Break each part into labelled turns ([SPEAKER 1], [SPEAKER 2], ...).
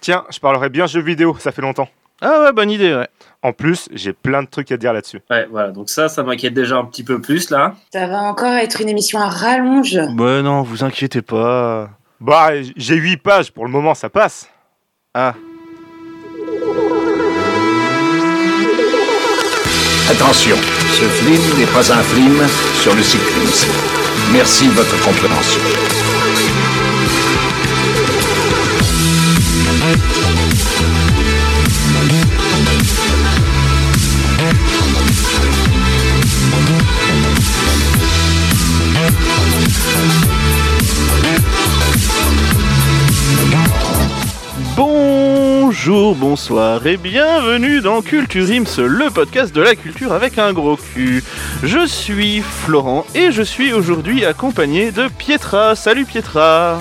[SPEAKER 1] Tiens, je parlerai bien jeux vidéo, ça fait longtemps.
[SPEAKER 2] Ah ouais, bonne idée, ouais.
[SPEAKER 1] En plus, j'ai plein de trucs à dire là-dessus.
[SPEAKER 3] Ouais, voilà. Donc ça, ça m'inquiète déjà un petit peu plus là.
[SPEAKER 4] Ça va encore être une émission à rallonge.
[SPEAKER 2] Bah non, vous inquiétez pas.
[SPEAKER 1] Bah, j'ai 8 pages, pour le moment, ça passe.
[SPEAKER 2] Ah,
[SPEAKER 5] Attention, ce film n'est pas un film sur le cyclisme. Merci de votre compréhension.
[SPEAKER 2] bonjour, bonsoir et bienvenue dans Culture Ims, le podcast de la culture avec un gros cul. Je suis Florent et je suis aujourd'hui accompagné de Pietra. Salut Pietra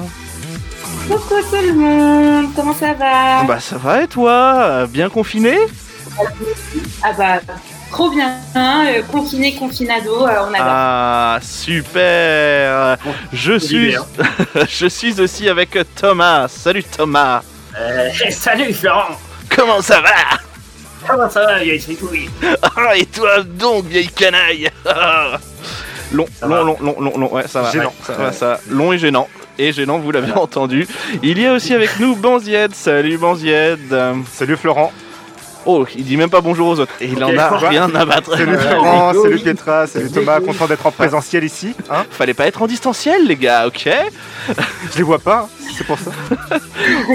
[SPEAKER 4] Coucou tout le monde, comment ça
[SPEAKER 1] Ah
[SPEAKER 4] va
[SPEAKER 2] Bah ça va et toi Bien confiné
[SPEAKER 4] Ah bah, trop bien, hein, euh, confiné, confinado, euh, on adore.
[SPEAKER 2] Ah super Je suis,
[SPEAKER 3] l'hiver.
[SPEAKER 2] je suis aussi avec Thomas. Salut Thomas
[SPEAKER 3] Euh, salut Florent
[SPEAKER 2] Comment ça va
[SPEAKER 3] Comment ça va, vieille fripouille
[SPEAKER 2] Ah, Et toi donc vieille canaille Long,
[SPEAKER 3] Ça va.
[SPEAKER 2] long, long, long, long, long, ouais, ça va.
[SPEAKER 1] Gênant.
[SPEAKER 2] ouais, ça va, ça va. Long et gênant. Et gênant, vous l'avez entendu. Il y a aussi avec nous Banzied. Salut Banzied. Euh,
[SPEAKER 1] Salut Florent.
[SPEAKER 2] Oh, il dit même pas bonjour aux autres. Et il en
[SPEAKER 3] Ok,
[SPEAKER 2] a
[SPEAKER 3] quoi
[SPEAKER 2] rien Euh, à battre.
[SPEAKER 1] Salut
[SPEAKER 3] Ouais.
[SPEAKER 1] Florent,
[SPEAKER 3] Let's go.
[SPEAKER 1] salut Pietra, salut
[SPEAKER 3] Let's
[SPEAKER 1] Thomas,
[SPEAKER 3] go.
[SPEAKER 1] content d'être en présentiel ici. Hein
[SPEAKER 2] Fallait pas être en distanciel, les gars, ok
[SPEAKER 1] je les vois pas, hein, c'est pour ça.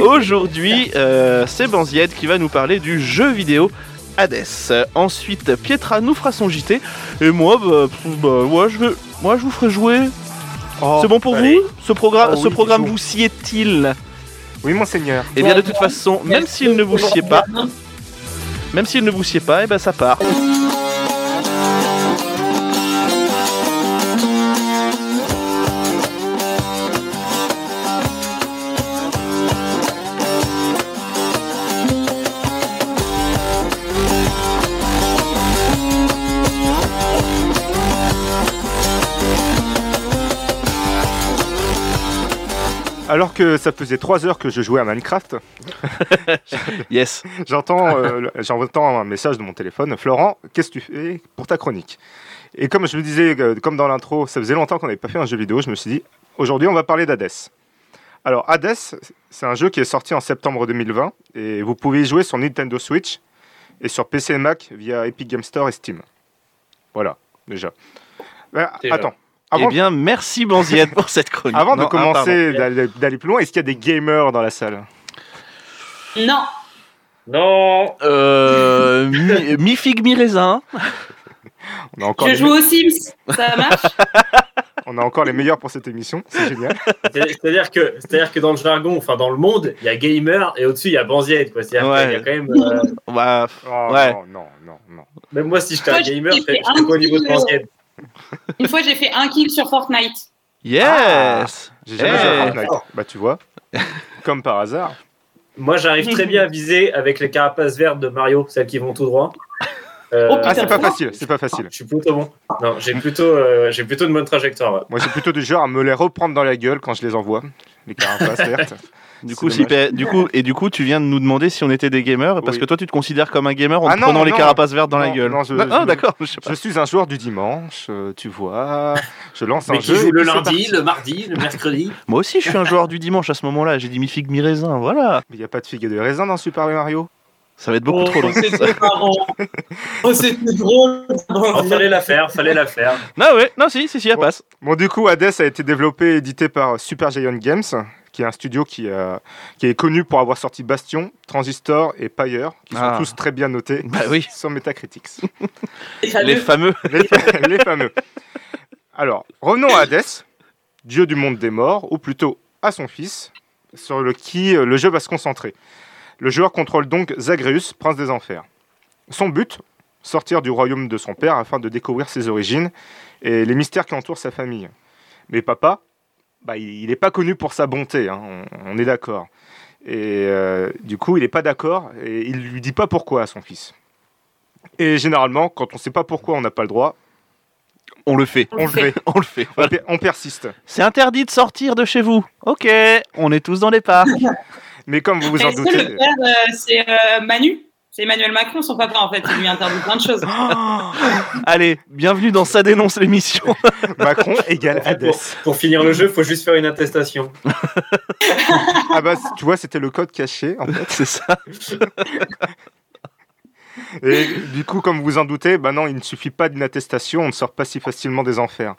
[SPEAKER 2] Aujourd'hui, euh, c'est Banzied qui va nous parler du jeu vidéo Hades. Euh, ensuite, Pietra nous fera son JT. Et moi, bah, pff, bah, ouais, je vais... moi, je vous ferai jouer. c'est bon pour
[SPEAKER 3] allez.
[SPEAKER 2] vous Ce programme,
[SPEAKER 1] Ah oui,
[SPEAKER 2] ce
[SPEAKER 1] c'est
[SPEAKER 2] programme
[SPEAKER 1] bon.
[SPEAKER 2] vous sied-il
[SPEAKER 1] Oh, Oui, monseigneur.
[SPEAKER 2] Et Eh bien de toute façon, même s'il ne vous sied pas,
[SPEAKER 3] Non,
[SPEAKER 2] même s'il ne vous sied pas, et ben ça part.
[SPEAKER 1] Alors que ça faisait 3 heures que je jouais à Minecraft,
[SPEAKER 2] Yes.
[SPEAKER 1] j'entends euh, le- j'entends un message de mon téléphone. Florent, qu'est-ce que tu fais pour ta chronique Et comme je le disais, euh, comme dans l'intro, ça faisait longtemps qu'on n'avait pas fait un jeu vidéo, je me suis dit, aujourd'hui on va parler d'Hades. Alors Hades, c'est un jeu qui est sorti en septembre 2020 et vous pouvez y jouer sur Nintendo Switch et sur PC et Mac via Epic Game Store et Steam. Voilà, déjà. Ben,
[SPEAKER 3] Déjà.
[SPEAKER 1] Attends. Avant,
[SPEAKER 2] Eh bien, merci Banziette pour cette chronique.
[SPEAKER 1] avant
[SPEAKER 2] Non,
[SPEAKER 1] de
[SPEAKER 2] ah,
[SPEAKER 1] commencer d'aller- d'aller plus loin, est-ce qu'il y a des gamers dans la salle
[SPEAKER 4] Non,
[SPEAKER 3] Non
[SPEAKER 2] pardon. Euh, mi, mi-figue, mi-raisin.
[SPEAKER 1] On a encore
[SPEAKER 4] je
[SPEAKER 1] les
[SPEAKER 4] joue aux Sims, ça marche
[SPEAKER 1] On a encore les meilleurs pour cette émission, c'est génial.
[SPEAKER 3] C'est- C'est-à-dire que, c'est-à-dire que dans le jargon, enfin dans le monde, il y a gamer et au-dessus il y a banziette, quoi. C'est-à-dire
[SPEAKER 2] Ouais.
[SPEAKER 3] qu'il y a quand même. euh,
[SPEAKER 2] Bah,
[SPEAKER 1] Oh,
[SPEAKER 2] Ouais.
[SPEAKER 1] Non, non, non, non.
[SPEAKER 3] même moi, si j'étais un
[SPEAKER 4] Moi, j'ai
[SPEAKER 3] gamer, je serais
[SPEAKER 4] fait
[SPEAKER 3] je serais quoi au niveau de
[SPEAKER 4] un petit
[SPEAKER 3] banziette
[SPEAKER 4] Une fois j'ai fait un kill sur Fortnite.
[SPEAKER 2] yes.
[SPEAKER 1] J'ai jamais
[SPEAKER 2] Eh.
[SPEAKER 1] joué à Fortnite.
[SPEAKER 3] Oh.
[SPEAKER 1] Bah tu vois, comme par hasard.
[SPEAKER 3] Moi, j'arrive très bien à viser avec les carapaces vertes de Mario, celles qui vont tout droit. Euh,
[SPEAKER 4] Oh, putain.
[SPEAKER 1] Ah c'est pas facile, c'est pas facile.
[SPEAKER 3] Je suis plutôt bon. Non, j'ai plutôt, euh, j'ai plutôt une bonne trajectoire. ouais.
[SPEAKER 1] Moi j'ai plutôt du genre à me les reprendre dans la gueule quand je les envoie. Les carapaces, certes. Ah,
[SPEAKER 2] Du
[SPEAKER 1] C'est
[SPEAKER 2] coup, si,
[SPEAKER 1] dommage.
[SPEAKER 2] ben, du coup, et du coup, tu viens de nous demander si on était des gamers, parce
[SPEAKER 1] Oui.
[SPEAKER 2] que toi, tu te considères comme un gamer en
[SPEAKER 1] Ah
[SPEAKER 2] te
[SPEAKER 1] non,
[SPEAKER 2] prenant les
[SPEAKER 1] non,
[SPEAKER 2] carapaces vertes dans la
[SPEAKER 1] non,
[SPEAKER 2] gueule.
[SPEAKER 1] non, je-
[SPEAKER 2] ah, ah,
[SPEAKER 1] je-
[SPEAKER 2] d'accord, je sais pas.
[SPEAKER 1] Je suis un joueur du dimanche, euh, tu vois. Je lance
[SPEAKER 3] Mais
[SPEAKER 1] un
[SPEAKER 3] qui
[SPEAKER 1] jeu.
[SPEAKER 3] joue
[SPEAKER 1] et
[SPEAKER 3] le
[SPEAKER 1] puis c'est
[SPEAKER 3] lundi,
[SPEAKER 1] parti.
[SPEAKER 3] le mardi, le mercredi.
[SPEAKER 2] Moi aussi, je suis un joueur du dimanche à ce moment-là. J'ai dit mi-figue, mi-raisin, voilà.
[SPEAKER 1] Mais il n'y a pas de figue et de raisin dans Super Mario.
[SPEAKER 2] Ça va être
[SPEAKER 1] Oh.
[SPEAKER 2] beaucoup trop long.
[SPEAKER 6] C'était marrant. Oh, c'était drôle.
[SPEAKER 3] Alors, Oh, fallait la faire, fallait la faire.
[SPEAKER 2] Non, ouais, non, si, si, si, elle
[SPEAKER 1] Bon.
[SPEAKER 2] passe.
[SPEAKER 1] Bon, du coup, Hades a été développé et édité par Super Giant Games, qui est un studio qui, euh, qui est connu pour avoir sorti Bastion, Transistor et Pyre, qui sont
[SPEAKER 2] Ah.
[SPEAKER 1] tous très bien notés.
[SPEAKER 2] Bah oui,
[SPEAKER 1] Sur Metacritics.
[SPEAKER 2] les fameux.
[SPEAKER 1] les, fa- les fameux. Alors, revenons à Hadès, dieu du monde des morts, ou plutôt à son fils, sur le qui euh, le jeu va se concentrer. Le joueur contrôle donc Zagreus, prince des enfers. Son but Sortir du royaume de son père afin de découvrir ses origines et les mystères qui entourent sa famille. Mais papa, bah, il n'est pas connu pour sa bonté, hein, on, on est d'accord. Et euh, du coup, il n'est pas d'accord et il lui dit pas pourquoi à son fils. Et généralement, quand on ne sait pas pourquoi on n'a pas le droit,
[SPEAKER 2] On le fait,
[SPEAKER 1] on le fait,
[SPEAKER 2] on le fait.
[SPEAKER 1] on, per- on persiste.
[SPEAKER 2] C'est interdit de sortir de chez vous. Ok, on est tous dans les pas.
[SPEAKER 1] Mais comme vous vous en
[SPEAKER 4] Est-ce que
[SPEAKER 1] doutez.
[SPEAKER 4] le père, euh, c'est euh, Manu C'est Emmanuel Macron, son papa, en fait. Il lui interdit plein de choses.
[SPEAKER 1] Ah.
[SPEAKER 2] Allez, bienvenue dans Ça dénonce l'émission.
[SPEAKER 1] Macron égale Hadès.
[SPEAKER 3] Pour, pour finir le jeu, faut juste faire une attestation.
[SPEAKER 1] Ah bah, tu vois, c'était le code caché. hein. en fait.
[SPEAKER 2] C'est ça.
[SPEAKER 1] Et du coup, comme vous vous en doutez, bah non, il ne suffit pas d'une attestation, on ne sort pas si facilement des enfers.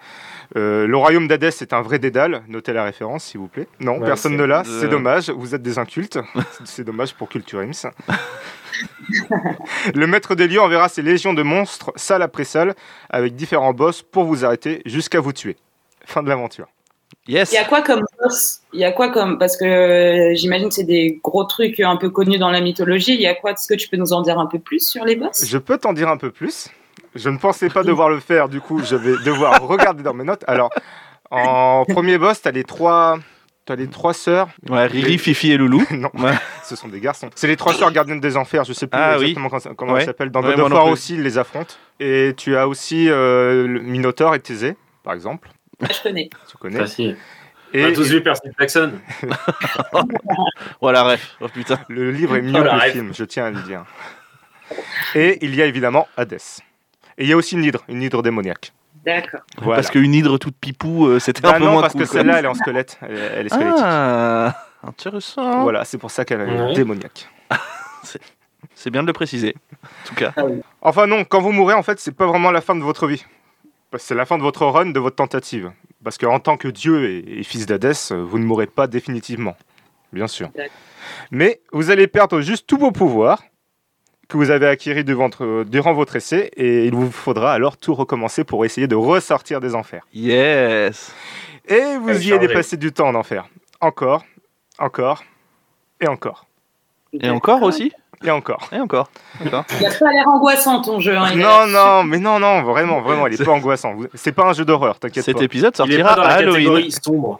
[SPEAKER 1] Euh, le royaume d'Hadès est un vrai dédale, notez la référence s'il vous plaît. Non,
[SPEAKER 3] Ouais,
[SPEAKER 1] personne
[SPEAKER 3] c'est-
[SPEAKER 1] ne l'a,
[SPEAKER 2] euh,
[SPEAKER 1] c'est dommage, vous êtes des incultes, c'est dommage pour Culture Ims. le maître des lieux enverra ses légions de monstres, salle après salle, avec différents boss pour vous arrêter jusqu'à vous tuer. Fin de l'aventure.
[SPEAKER 2] Yes.
[SPEAKER 4] Il y a quoi comme boss Il y a quoi comme parce que euh, j'imagine que c'est des gros trucs un peu connus dans la mythologie. Il y a quoi Est-ce que tu peux nous en dire un peu plus sur les boss
[SPEAKER 1] Je peux t'en dire un peu plus. Je ne pensais pas devoir le faire, du coup, je vais devoir regarder dans mes notes. Alors, en premier boss, t'as les trois, t'as les trois sœurs.
[SPEAKER 2] Ouais, Riri, Fifi et Loulou.
[SPEAKER 1] non,
[SPEAKER 2] Ouais.
[SPEAKER 1] ce sont des garçons. C'est les trois sœurs gardiennes des enfers. Je sais plus
[SPEAKER 2] Ah oui.
[SPEAKER 1] exactement comment ça- comment
[SPEAKER 2] Ouais.
[SPEAKER 1] elles s'appellent. Dans
[SPEAKER 2] Ouais,
[SPEAKER 1] God
[SPEAKER 2] moi
[SPEAKER 1] of
[SPEAKER 2] non
[SPEAKER 1] War
[SPEAKER 2] plus.
[SPEAKER 1] aussi, ils les affrontent. Et tu as aussi euh, le Minotaur et Thésée, par exemple.
[SPEAKER 4] Ah, Je connais.
[SPEAKER 1] Tu connais.
[SPEAKER 3] Facile. On
[SPEAKER 2] Bah,
[SPEAKER 3] a
[SPEAKER 1] Et
[SPEAKER 3] tous vu Bah, Percy Jackson.
[SPEAKER 2] Voilà, bref. Oh putain.
[SPEAKER 1] le livre est mieux
[SPEAKER 3] Oh, la
[SPEAKER 1] que le
[SPEAKER 3] rêve.
[SPEAKER 1] film, je tiens à le dire. Et il y a évidemment Hadès. Et il y a aussi une hydre, une hydre démoniaque.
[SPEAKER 4] D'accord.
[SPEAKER 1] Voilà.
[SPEAKER 2] Parce qu'une hydre toute pipou, euh, c'était
[SPEAKER 1] Bah
[SPEAKER 2] un peu
[SPEAKER 1] non,
[SPEAKER 2] moins
[SPEAKER 1] parce
[SPEAKER 2] cool.
[SPEAKER 1] que
[SPEAKER 2] quoi.
[SPEAKER 1] celle-là, elle est en squelette. Elle, est- elle est squelettique.
[SPEAKER 2] Ah, intéressant.
[SPEAKER 1] Voilà, c'est pour ça qu'elle est
[SPEAKER 3] Ouais.
[SPEAKER 1] démoniaque.
[SPEAKER 2] C'est bien de le préciser. En tout cas.
[SPEAKER 1] Enfin non, quand vous mourrez, en fait, c'est pas vraiment la fin de votre vie. Parce que C'est la fin de votre run, de votre tentative. Parce qu'en tant que dieu et, et fils d'Hadès, euh, vous ne mourrez pas définitivement. Bien sûr.
[SPEAKER 4] D'accord.
[SPEAKER 1] Mais vous allez perdre juste tous vos pouvoirs que vous avez acquis durant votre essai et il vous faudra alors tout recommencer pour essayer de ressortir des enfers.
[SPEAKER 2] Yes.
[SPEAKER 1] Et vous
[SPEAKER 3] Elle
[SPEAKER 1] y allez
[SPEAKER 3] chargée.
[SPEAKER 1] passer du temps en enfer. Encore, encore, et encore,
[SPEAKER 2] Et encore aussi
[SPEAKER 1] et encore.
[SPEAKER 2] Et encore.
[SPEAKER 4] Il a pas l'air angoissant ton jeu. hein, il a-
[SPEAKER 1] Non, non, mais non, non, vraiment, vraiment, il est pas angoissant. Vous- C'est pas un jeu d'horreur, t'inquiète
[SPEAKER 2] Cet
[SPEAKER 1] pas.
[SPEAKER 2] épisode
[SPEAKER 3] Il est pas
[SPEAKER 2] sortira
[SPEAKER 3] dans
[SPEAKER 2] à
[SPEAKER 3] la
[SPEAKER 2] Halloween.
[SPEAKER 3] catégorie sombre.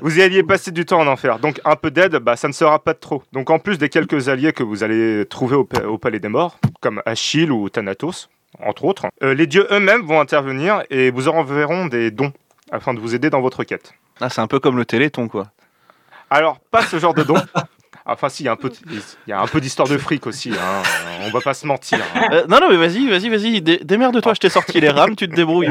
[SPEAKER 1] Vous y alliez passer du temps en enfer, donc un peu d'aide, bah, ça ne sera pas de trop. Donc en plus des quelques alliés que vous allez trouver au, pa- au Palais des Morts, comme Achille ou Thanatos, entre autres, euh, les dieux eux-mêmes vont intervenir et vous enverront des dons afin de vous aider dans votre quête.
[SPEAKER 2] Ah, c'est un peu comme le Téléthon, quoi.
[SPEAKER 1] Alors, pas ce genre de dons. Enfin, si, il y a un peu, il y a un peu d'histoire de fric aussi. hein, On va pas se mentir. hein.
[SPEAKER 2] Euh, non, non, mais vas-y, vas-y, vas-y. dé- Démerde-toi, je t'ai sorti les rames, tu te débrouilles.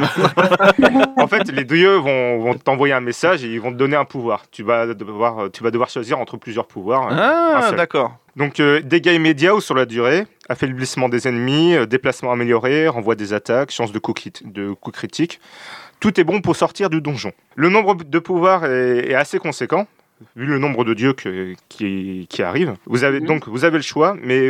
[SPEAKER 1] En fait, les dieux vont, vont t'envoyer un message et ils vont te donner un pouvoir. Tu vas devoir, euh, tu vas devoir choisir entre plusieurs pouvoirs.
[SPEAKER 2] Ah,
[SPEAKER 1] seul.
[SPEAKER 2] d'accord.
[SPEAKER 1] Donc, euh, dégâts immédiats ou sur la durée, affaiblissement des ennemis, euh, déplacement amélioré, renvoi des attaques, chance de coup, crit- de coup critique. Tout est bon pour sortir du donjon. Le nombre de pouvoirs est, est assez conséquent, vu le nombre de dieux que- qui, qui arrivent. Vous avez,
[SPEAKER 4] Mhm.
[SPEAKER 1] donc, vous avez le choix, mais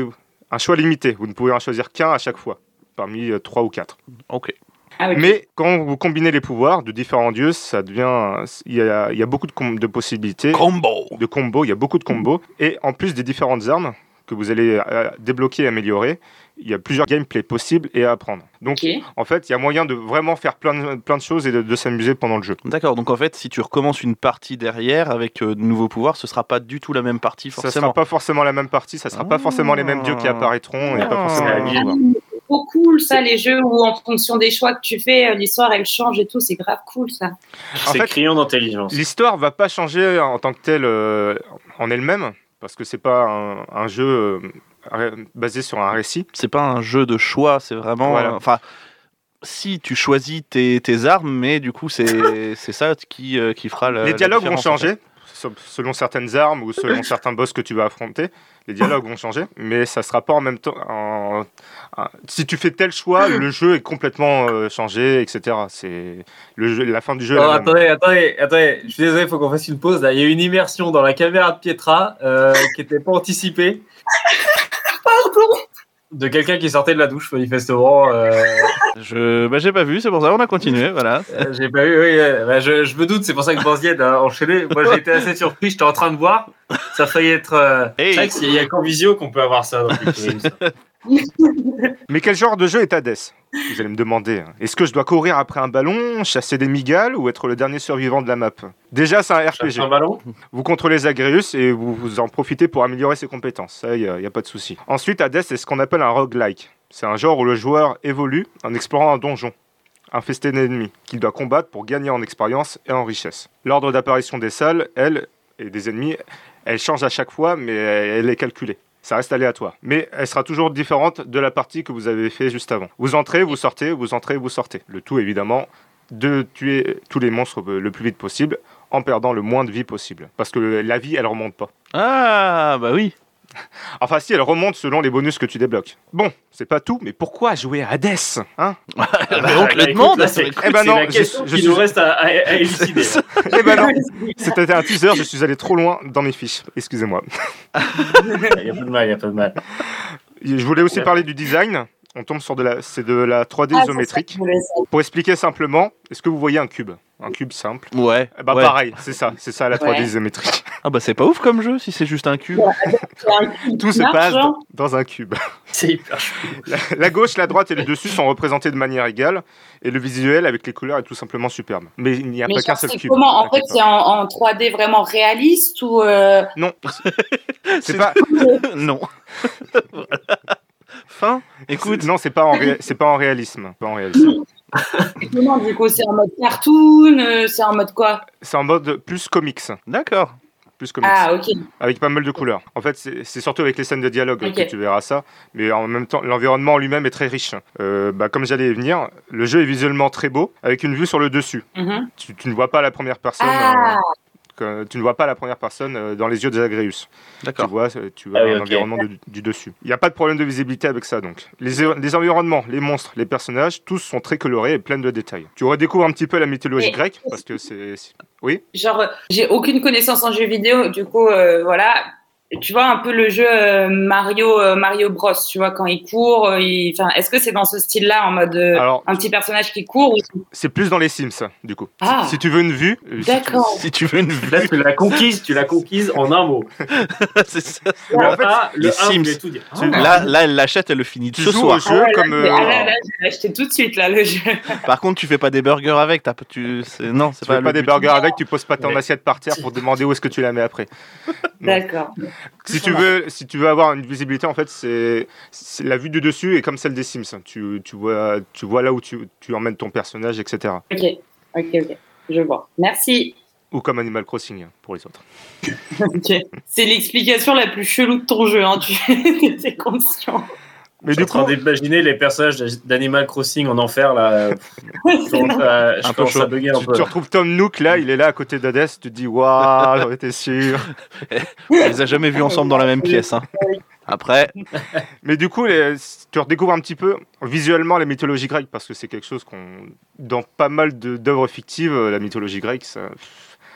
[SPEAKER 1] un choix limité. Vous ne pouvez en choisir qu'un à chaque fois, parmi euh, trois ou quatre.
[SPEAKER 2] Ok.
[SPEAKER 4] Ah oui.
[SPEAKER 1] Mais quand vous combinez les pouvoirs de différents dieux, ça devient. Il y a, il y a beaucoup de, com- de possibilités,
[SPEAKER 2] Combo.
[SPEAKER 1] de combos, il y a beaucoup de combos. Et en plus des différentes armes que vous allez euh, débloquer et améliorer, il y a plusieurs gameplays possibles et à apprendre. Donc
[SPEAKER 4] Ok.
[SPEAKER 1] en fait, il y a moyen de vraiment faire plein de, plein de choses et de, de s'amuser pendant le jeu.
[SPEAKER 2] D'accord, donc en fait, si tu recommences une partie derrière avec euh, de nouveaux pouvoirs, ce sera pas du tout la même partie,
[SPEAKER 1] Ça sera
[SPEAKER 2] forcément.
[SPEAKER 1] pas forcément la même partie, ça sera pas forcément les mêmes dieux qui apparaîtront et pas forcément les mêmes
[SPEAKER 4] Ah,
[SPEAKER 1] pouvoirs.
[SPEAKER 4] c'est trop cool ça les jeux où en fonction des choix que tu fais euh, l'histoire elle change et tout c'est grave cool ça.
[SPEAKER 1] En
[SPEAKER 3] C'est
[SPEAKER 1] fait,
[SPEAKER 3] criant d'intelligence.
[SPEAKER 1] L'histoire va pas changer en tant que telle euh, en elle-même, parce que c'est pas un, un jeu euh, ré- basé sur un récit.
[SPEAKER 2] C'est pas un jeu de choix, c'est vraiment.
[SPEAKER 1] Voilà.
[SPEAKER 2] euh, Enfin, si tu choisis tes, tes armes, mais du coup, c'est c'est ça qui, euh, qui fera le.
[SPEAKER 1] les
[SPEAKER 2] la
[SPEAKER 1] dialogues vont
[SPEAKER 2] différence, en
[SPEAKER 1] changer so- selon certaines armes ou selon certains boss que tu vas affronter. Les dialogues vont changer, mais ça sera pas en même temps. en- en- Si tu fais tel choix, le jeu est complètement euh, changé, etc. C'est le jeu- la fin du jeu. est
[SPEAKER 6] Oh,
[SPEAKER 1] la même.
[SPEAKER 6] attendez, attendez, attendez, je suis désolé, il faut qu'on fasse une pause. Là. Il y a eu une immersion dans la caméra de Pietra euh, qui n'était pas anticipée.
[SPEAKER 4] Pardon.
[SPEAKER 6] De quelqu'un qui sortait de la douche, manifestement. euh,
[SPEAKER 2] Je bah, j'ai pas vu, c'est pour ça on a continué, voilà.
[SPEAKER 6] euh, j'ai pas vu, oui, euh, bah, je, je me doute, c'est pour ça que Banzied a enchaîné. Moi, j'ai été assez surpris, j'étais en train de voir. Ça a failli être. euh,
[SPEAKER 3] C'est
[SPEAKER 2] Hey,
[SPEAKER 3] vrai que c'est- il y a qu'en visio qu'on peut avoir ça. Dans Culture Ims.
[SPEAKER 1] Mais quel genre de jeu est Hades Vous allez me demander. hein. Est-ce que je dois courir après un ballon, chasser des migales ou être le dernier survivant de la map Déjà, c'est un
[SPEAKER 3] Chasse
[SPEAKER 1] RPG.
[SPEAKER 3] un ballon.
[SPEAKER 1] Vous contrôlez Zagreus et vous, vous en profitez pour améliorer ses compétences. Ça, il n'y a, y a pas de souci. Ensuite, Hades est ce qu'on appelle un roguelike. C'est un genre où le joueur évolue en explorant un donjon, infesté d'ennemis, qu'il doit combattre pour gagner en expérience et en richesse. L'ordre d'apparition des salles, elle, et des ennemis, elle change à chaque fois, mais elle est calculée. Ça reste aléatoire. Mais elle sera toujours différente de la partie que vous avez fait juste avant. Vous entrez, vous sortez, vous entrez, vous sortez. Le tout, évidemment, de tuer tous les monstres le plus vite possible en perdant le moins de vie possible. Parce que la vie, elle remonte pas.
[SPEAKER 2] Ah, bah oui.
[SPEAKER 1] Enfin, si, elle remonte selon les bonus que tu débloques. Bon, c'est pas tout, mais pourquoi jouer à Hades hein
[SPEAKER 2] Mais Ah, bah, on te le
[SPEAKER 3] écoute,
[SPEAKER 2] demande. hein,
[SPEAKER 3] là, c'est-
[SPEAKER 1] Eh ben
[SPEAKER 3] c'est
[SPEAKER 1] non,
[SPEAKER 3] la
[SPEAKER 1] je-
[SPEAKER 3] question
[SPEAKER 1] je
[SPEAKER 3] qui
[SPEAKER 1] suis-
[SPEAKER 3] nous reste à, à- à élucider. hein. là.
[SPEAKER 1] Eh ben non,
[SPEAKER 4] Ah,
[SPEAKER 1] c'était un teaser, je suis allé trop loin dans mes fiches. Excusez-moi.
[SPEAKER 6] Il n'y a pas de mal, il n'y a pas de mal.
[SPEAKER 1] Je voulais aussi
[SPEAKER 6] Ouais.
[SPEAKER 1] parler du design. On tombe sur de la, c'est de la 3D
[SPEAKER 4] Ah, c'est ça que
[SPEAKER 1] isométrique.
[SPEAKER 4] je voulais savoir.
[SPEAKER 1] Pour expliquer simplement, est-ce que vous voyez un cube Un cube simple
[SPEAKER 2] Ouais.
[SPEAKER 1] Eh ben
[SPEAKER 2] ouais.
[SPEAKER 1] pareil, c'est ça, c'est ça la 3D
[SPEAKER 4] Ouais.
[SPEAKER 1] isométrique.
[SPEAKER 2] Ah bah c'est pas ouf comme jeu si c'est juste un cube.
[SPEAKER 4] Il y a un cube
[SPEAKER 1] Tout
[SPEAKER 4] qui
[SPEAKER 1] se
[SPEAKER 4] marche, hein.
[SPEAKER 1] passe
[SPEAKER 4] genre.
[SPEAKER 1] dans, dans un cube.
[SPEAKER 3] C'est hyper chou.
[SPEAKER 1] La, la gauche, la droite et le dessus sont représentés de manière égale, et le visuel avec les couleurs est tout simplement superbe. Mais il n'y a
[SPEAKER 4] Mais
[SPEAKER 1] pas qu'un
[SPEAKER 4] genre,
[SPEAKER 1] seul
[SPEAKER 4] c'est
[SPEAKER 1] cube.
[SPEAKER 4] comment En fait,
[SPEAKER 1] t'inquiète
[SPEAKER 4] c'est en, en 3D vraiment réaliste ou euh,
[SPEAKER 1] pas. non, c'est pas.
[SPEAKER 2] non. Voilà. Fin. Écoute.
[SPEAKER 1] Non, c'est pas en ré- c'est pas en réalisme, pas en réalisme.
[SPEAKER 4] comment du coup C'est en mode cartoon euh, C'est en mode quoi
[SPEAKER 1] C'est en mode plus comics,
[SPEAKER 2] D'accord.
[SPEAKER 1] plus comics,
[SPEAKER 4] Ah, ok.
[SPEAKER 1] avec pas mal de couleurs. En fait, c'est c'est surtout avec les scènes de dialogue
[SPEAKER 4] Ok.
[SPEAKER 1] que tu verras ça, mais en même temps, l'environnement en lui-même est très riche. Euh, bah, comme j'allais y venir, le jeu est visuellement très beau, avec une vue sur le dessus.
[SPEAKER 4] Mhm.
[SPEAKER 1] Tu, tu ne vois pas la première personne. euh,
[SPEAKER 4] Ah.
[SPEAKER 1] que- tu ne vois pas la première personne euh, dans les yeux des Agrius. Tu
[SPEAKER 2] D'accord.
[SPEAKER 1] vois, euh, tu vois
[SPEAKER 6] Ah oui,
[SPEAKER 1] un
[SPEAKER 6] ok.
[SPEAKER 1] environnement du, du dessus. Il n'y a pas de problème de visibilité avec ça, donc. Les, les environnements, les monstres, les personnages, tous sont très colorés et pleins de détails. Tu redécouvres un petit peu la mythologie
[SPEAKER 4] Mais-
[SPEAKER 1] grecque, parce que c'est... c'est-
[SPEAKER 4] Genre, euh, j'ai aucune connaissance en jeu vidéo, du coup, euh, voilà. Tu vois un peu le jeu euh, Mario euh, Mario Bros, tu vois, quand il court, euh, il- enfin, est-ce que c'est dans ce style-là, en mode euh,
[SPEAKER 1] Alors,
[SPEAKER 4] un petit personnage qui court ou-
[SPEAKER 1] c'est plus dans les Sims, du coup.
[SPEAKER 4] Ah.
[SPEAKER 1] Si tu veux une vue... euh, si tu-
[SPEAKER 4] D'accord.
[SPEAKER 2] Si tu veux une
[SPEAKER 3] Là,
[SPEAKER 2] vue,
[SPEAKER 3] tu l'as conquise, tu l'as conquise en un mot.
[SPEAKER 2] c'est ça.
[SPEAKER 3] Le
[SPEAKER 1] en fait,
[SPEAKER 3] A, le
[SPEAKER 2] les
[SPEAKER 3] 1,
[SPEAKER 2] Sims.
[SPEAKER 3] vous voulez tout dire. Ah.
[SPEAKER 1] Tu-
[SPEAKER 2] Là, là, elle l'achète, elle le finit
[SPEAKER 1] Ah, Tu
[SPEAKER 2] ce
[SPEAKER 1] joues
[SPEAKER 2] soir.
[SPEAKER 1] au jeu
[SPEAKER 4] Ah ouais, là,
[SPEAKER 1] comme...
[SPEAKER 4] je vais- ah
[SPEAKER 1] euh,
[SPEAKER 4] là, là, je vais l'acheter tout de suite, là, le jeu.
[SPEAKER 2] Par contre, tu fais pas des burgers avec. t'as pas- tu, c'est- non, c'est
[SPEAKER 1] tu fais
[SPEAKER 2] pas,
[SPEAKER 1] pas
[SPEAKER 2] le
[SPEAKER 1] des
[SPEAKER 2] but.
[SPEAKER 1] burgers avec, tu poses pas ton
[SPEAKER 3] Mais-
[SPEAKER 1] assiette par terre pour demander où est-ce que tu la mets après.
[SPEAKER 4] D'accord.
[SPEAKER 1] Si tu veux, si tu veux avoir une visibilité, en fait, c'est c'est la vue du dessus est comme celle des Sims. Tu, tu vois, tu vois là où tu, tu emmènes ton personnage, etc.
[SPEAKER 4] Ok, ok, ok. Je vois. Merci.
[SPEAKER 1] Ou comme Animal Crossing hein, pour les autres.
[SPEAKER 4] Ok. C'est l'explication la plus chelou de ton jeu, hein. Tu es conscient.
[SPEAKER 1] Mais
[SPEAKER 6] Je suis en
[SPEAKER 1] du coup,
[SPEAKER 6] train d'imaginer les personnages d'Animal Crossing en enfer, là. Je commence à-
[SPEAKER 2] Un
[SPEAKER 6] je
[SPEAKER 2] peu
[SPEAKER 6] commence
[SPEAKER 2] chaud.
[SPEAKER 6] à bugger un
[SPEAKER 1] tu, tu
[SPEAKER 6] peu.
[SPEAKER 1] retrouves Tom Nook là, il est là à côté d'Hadès, tu te dis waouh, j'en étais sûr.
[SPEAKER 2] On les a jamais vus ensemble dans la même pièce. hein. Après,
[SPEAKER 1] Mais du coup, les- tu redécouvres un petit peu visuellement la mythologie grecque parce que c'est quelque chose qu'on, dans pas mal de- d'œuvres fictives, euh, la mythologie grecque, ça,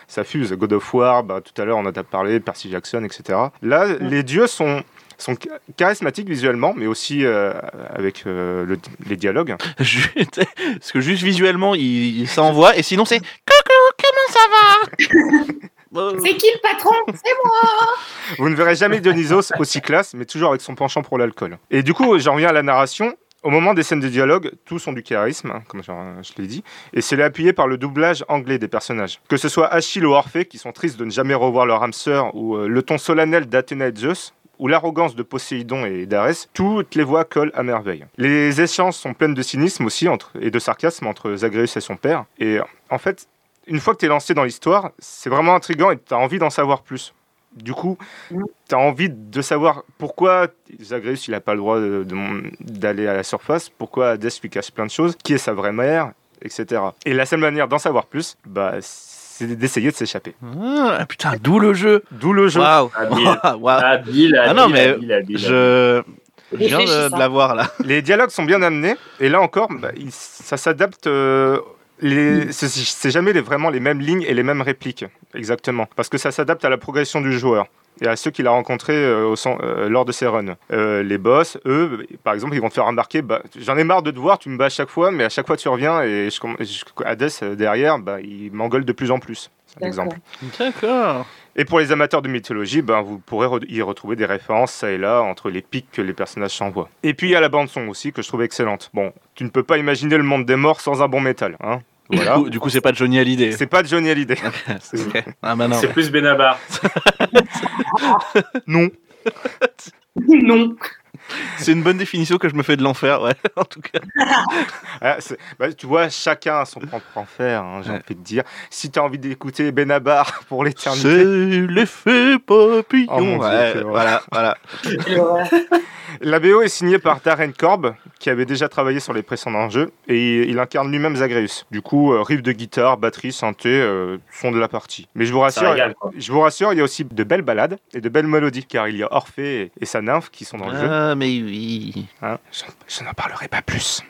[SPEAKER 1] ça fuse. God of War, bah, tout à l'heure on en a parlé, Percy Jackson, etc. Là, les dieux sont sont cha- charismatiques visuellement, mais aussi euh, avec euh, le- les dialogues.
[SPEAKER 2] ju- parce que juste visuellement, il, il- ça envoie. Et sinon, c'est coucou, comment ça va
[SPEAKER 4] C'est qui le patron C'est moi.
[SPEAKER 1] Vous ne verrez jamais Dionysos aussi classe, mais toujours avec son penchant pour l'alcool. Et du coup, j'en reviens à la narration. Au moment des scènes de dialogue, tous ont du charisme, hein, comme je, je l'ai dit, et c'est appuyé par le doublage anglais des personnages. Que ce soit Achille ou Orphée, qui sont tristes de ne jamais revoir leur âme sœur, ou euh, le ton solennel d'Athéna et de Zeus, ou l'arrogance de Poséidon et d'Arès, toutes les voix collent à merveille. Les échanges sont pleines de cynisme aussi entre, et de sarcasme entre Zagreus et son père. Et en fait, une fois que tu es lancé dans l'histoire, c'est vraiment intriguant et tu as envie d'en savoir plus. Du coup, tu as envie de savoir pourquoi Zagreus il n'a pas le droit de- de- d'aller à la surface, pourquoi Hades lui cache plein de choses, qui est sa vraie mère, etc. Et la seule manière d'en savoir plus, bah, c'est d'essayer de s'échapper.
[SPEAKER 2] Ah, Putain, d'où le jeu
[SPEAKER 1] D'où le jeu.
[SPEAKER 2] Waouh
[SPEAKER 6] Habile,
[SPEAKER 2] Waouh.
[SPEAKER 6] habile,
[SPEAKER 2] Ah non, mais
[SPEAKER 6] habile, habile.
[SPEAKER 2] Je je viens de, de l'avoir là.
[SPEAKER 1] Les dialogues sont bien amenés, et là encore, bah, il- ça s'adapte. euh, les- c'est- C'est jamais les- vraiment les mêmes lignes et les mêmes répliques, exactement. Parce que ça s'adapte à la progression du joueur et à ceux qu'il a rencontrés euh, au sen- euh, lors de ses runs. Euh, les boss, eux, bah, par exemple, ils vont te faire remarquer bah, j'en ai marre de te voir, tu me bats à chaque fois, mais à chaque fois tu reviens, et je, comm- je- Hades, euh, derrière, bah, il m'engueule de plus en plus. C'est un
[SPEAKER 4] D'accord.
[SPEAKER 1] exemple.
[SPEAKER 2] D'accord.
[SPEAKER 1] Et pour les amateurs de mythologie, ben, vous pourrez re- y retrouver des références ça et là entre les pics que les personnages s'envoient. Et puis il y a la bande son aussi que je trouve excellente. Bon, tu ne peux pas imaginer le monde des morts sans un bon métal, hein. Voilà.
[SPEAKER 2] Du coup- Du coup, c'est pas Johnny Hallyday.
[SPEAKER 1] C'est pas de Johnny Hallyday.
[SPEAKER 2] Ok. Ah bah non.
[SPEAKER 6] C'est plus Benabar.
[SPEAKER 1] non.
[SPEAKER 4] Non.
[SPEAKER 2] C'est une bonne définition que je me fais de l'enfer, ouais, en tout cas.
[SPEAKER 1] Ah, c'est- bah, tu vois, chacun a son propre enfer, hein, j'ai
[SPEAKER 2] Ouais.
[SPEAKER 1] envie de dire. Si t'as envie d'écouter Benabar pour
[SPEAKER 2] C'est
[SPEAKER 1] l'éternité,
[SPEAKER 2] l'effet papillon.
[SPEAKER 1] Oh mon Dieu,
[SPEAKER 2] Ouais, Ah,
[SPEAKER 1] quelle horreur.
[SPEAKER 2] voilà, voilà.
[SPEAKER 1] la BO est signée par Darren Korb, qui avait déjà travaillé sur les précédents jeux, et il incarne lui-même Zagreus. Du coup, euh, riff de guitare, batterie, synthé, euh, son de la partie. Mais je vous
[SPEAKER 3] Ça
[SPEAKER 1] rassure,
[SPEAKER 3] régale, quoi.
[SPEAKER 1] je vous rassure, il y a aussi de belles balades et de belles mélodies, car il y a Orphée et sa nymphe qui sont dans le jeu.
[SPEAKER 2] Ah, mais oui.
[SPEAKER 1] hein. Je, je n'en parlerai pas plus.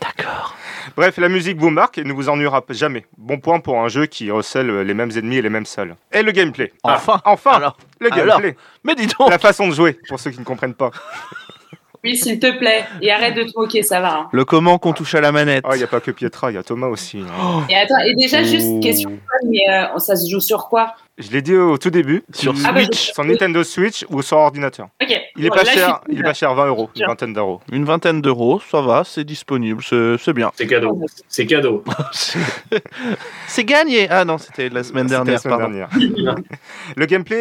[SPEAKER 2] D'accord.
[SPEAKER 1] Bref, la musique vous marque et ne vous ennuiera p- jamais. Bon point pour un jeu qui recèle euh, les mêmes ennemis et les mêmes salles. Et le gameplay.
[SPEAKER 2] Enfin.
[SPEAKER 1] Enfin,
[SPEAKER 2] Alors,
[SPEAKER 1] le
[SPEAKER 2] alors. Oh.
[SPEAKER 1] gameplay.
[SPEAKER 2] mais dis donc.
[SPEAKER 1] La façon de jouer, pour ceux qui ne comprennent pas.
[SPEAKER 4] Oui, s'il te plaît. Et arrête de te moquer, ça va. hein.
[SPEAKER 2] Le comment qu'on touche à la manette.
[SPEAKER 1] Ah, il n'y a pas que Pietra, il y a Thomas aussi. hein.
[SPEAKER 4] Et attends, et déjà, juste question, mais euh, ça se joue sur quoi
[SPEAKER 1] Je l'ai dit au tout début.
[SPEAKER 2] Sur
[SPEAKER 1] il-
[SPEAKER 4] Ah, bah, je-
[SPEAKER 2] Switch,
[SPEAKER 1] Sur Nintendo Switch ou sur ordinateur.
[SPEAKER 4] Ok.
[SPEAKER 1] Il est
[SPEAKER 4] Bon,
[SPEAKER 1] pas
[SPEAKER 4] là, je
[SPEAKER 1] cher,
[SPEAKER 4] suis-
[SPEAKER 1] il est pas cher, 20 euros, une
[SPEAKER 4] Tiens.
[SPEAKER 1] vingtaine d'euros.
[SPEAKER 2] une vingtaine d'euros, ça va, c'est disponible, c'est c'est bien.
[SPEAKER 3] C'est
[SPEAKER 4] Ah,
[SPEAKER 3] cadeau. C'est cadeau.
[SPEAKER 2] C'est gagné. Ah non, c'était la semaine
[SPEAKER 1] C'était la
[SPEAKER 2] dernière,
[SPEAKER 1] semaine
[SPEAKER 2] pardon.
[SPEAKER 1] dernière. Le gameplay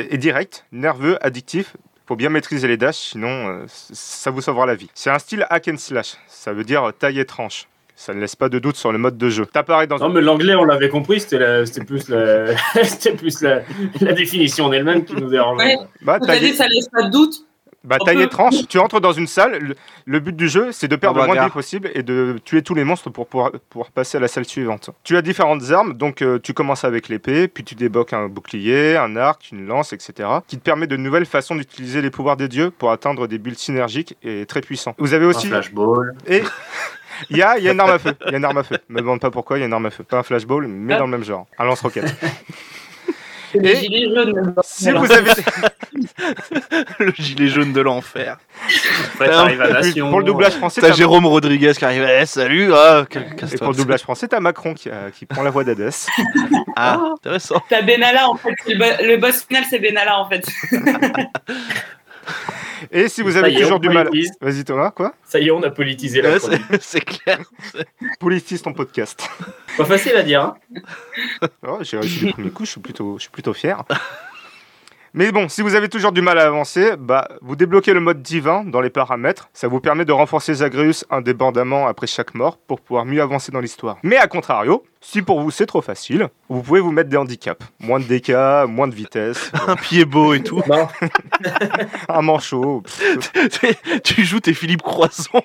[SPEAKER 1] est, est direct, nerveux, addictif. Faut bien maîtriser les dashs, sinon euh, c- ça vous sauvera la vie. C'est un style hack and slash, ça veut dire euh, taille et tranche. Ça ne laisse pas de doute sur le mode de jeu. T'apparais dans
[SPEAKER 3] Non, mais l'anglais, on l'avait compris, c'était la- c'était plus, la, c'était plus la, la définition en elle-même qui nous dérangeait.
[SPEAKER 1] bah,
[SPEAKER 4] Vous avez
[SPEAKER 1] taille,
[SPEAKER 4] dit, ça laisse pas de doute.
[SPEAKER 1] bah,
[SPEAKER 4] on
[SPEAKER 1] taille et
[SPEAKER 4] peut-
[SPEAKER 1] tranche. Tu entres dans une salle. Le, le but du jeu, c'est de perdre
[SPEAKER 2] En
[SPEAKER 1] le moins de vie
[SPEAKER 2] bagarre.
[SPEAKER 1] possible et de tuer tous les monstres pour pouvoir, pour passer à la salle suivante. Tu as différentes armes, donc euh, tu commences avec l'épée, puis tu débloques un bouclier, un arc, une lance, etc. qui te permet de nouvelles façons d'utiliser les pouvoirs des dieux pour atteindre des builds synergiques et très puissants. Vous avez
[SPEAKER 6] Un
[SPEAKER 1] aussi
[SPEAKER 6] flashball.
[SPEAKER 1] Et il y a, il y a une arme à feu. Il y a une arme à feu. Me demande pas pourquoi, il y a une arme à feu. Pas un flashball, mais dans le même genre. Un lance-roquette.
[SPEAKER 4] Le
[SPEAKER 1] Et-
[SPEAKER 4] gilet jaune. le
[SPEAKER 1] Si
[SPEAKER 4] bordel.
[SPEAKER 1] vous avez.
[SPEAKER 2] Le gilet jaune de l'enfer.
[SPEAKER 6] Après, t'arrives à Nation.
[SPEAKER 1] Hein, Pour le doublage français,
[SPEAKER 2] T'as
[SPEAKER 1] t'as-
[SPEAKER 2] Jérôme Rodriguez qui arrive. Eh, salut. Ah, que-
[SPEAKER 1] Et
[SPEAKER 2] casse-toi.
[SPEAKER 1] pour le doublage français, t'as Macron qui, a- qui prend la voix d'Adès.
[SPEAKER 2] Ah, intéressant.
[SPEAKER 4] T'as Benalla en fait, c'est le, bo- le boss final c'est Benalla en fait.
[SPEAKER 1] Et si vous
[SPEAKER 3] Ça
[SPEAKER 1] avez
[SPEAKER 3] y est,
[SPEAKER 1] toujours
[SPEAKER 3] on
[SPEAKER 1] du mal.
[SPEAKER 3] politise.
[SPEAKER 1] Vas-y Thomas, quoi
[SPEAKER 3] Ça y est, on a politisé la
[SPEAKER 2] Ouais,
[SPEAKER 3] chronique.
[SPEAKER 2] c'est- C'est clair.
[SPEAKER 1] Politise ton podcast.
[SPEAKER 3] Pas facile à dire. hein.
[SPEAKER 1] Oh, J'ai réussi du premier coup, je suis plutôt, je suis plutôt fier. Mais bon, si vous avez toujours du mal à avancer, bah, vous débloquez le mode divin dans les paramètres. Ça vous permet de renforcer Zagreus indépendamment après chaque mort pour pouvoir mieux avancer dans l'histoire. Mais à contrario, si pour vous c'est trop facile, vous pouvez vous mettre des handicaps. Moins de dégâts, moins de vitesse,
[SPEAKER 2] Un pied beau et tout.
[SPEAKER 1] un manchot, pff,
[SPEAKER 2] tu joues tes Philippe Croison.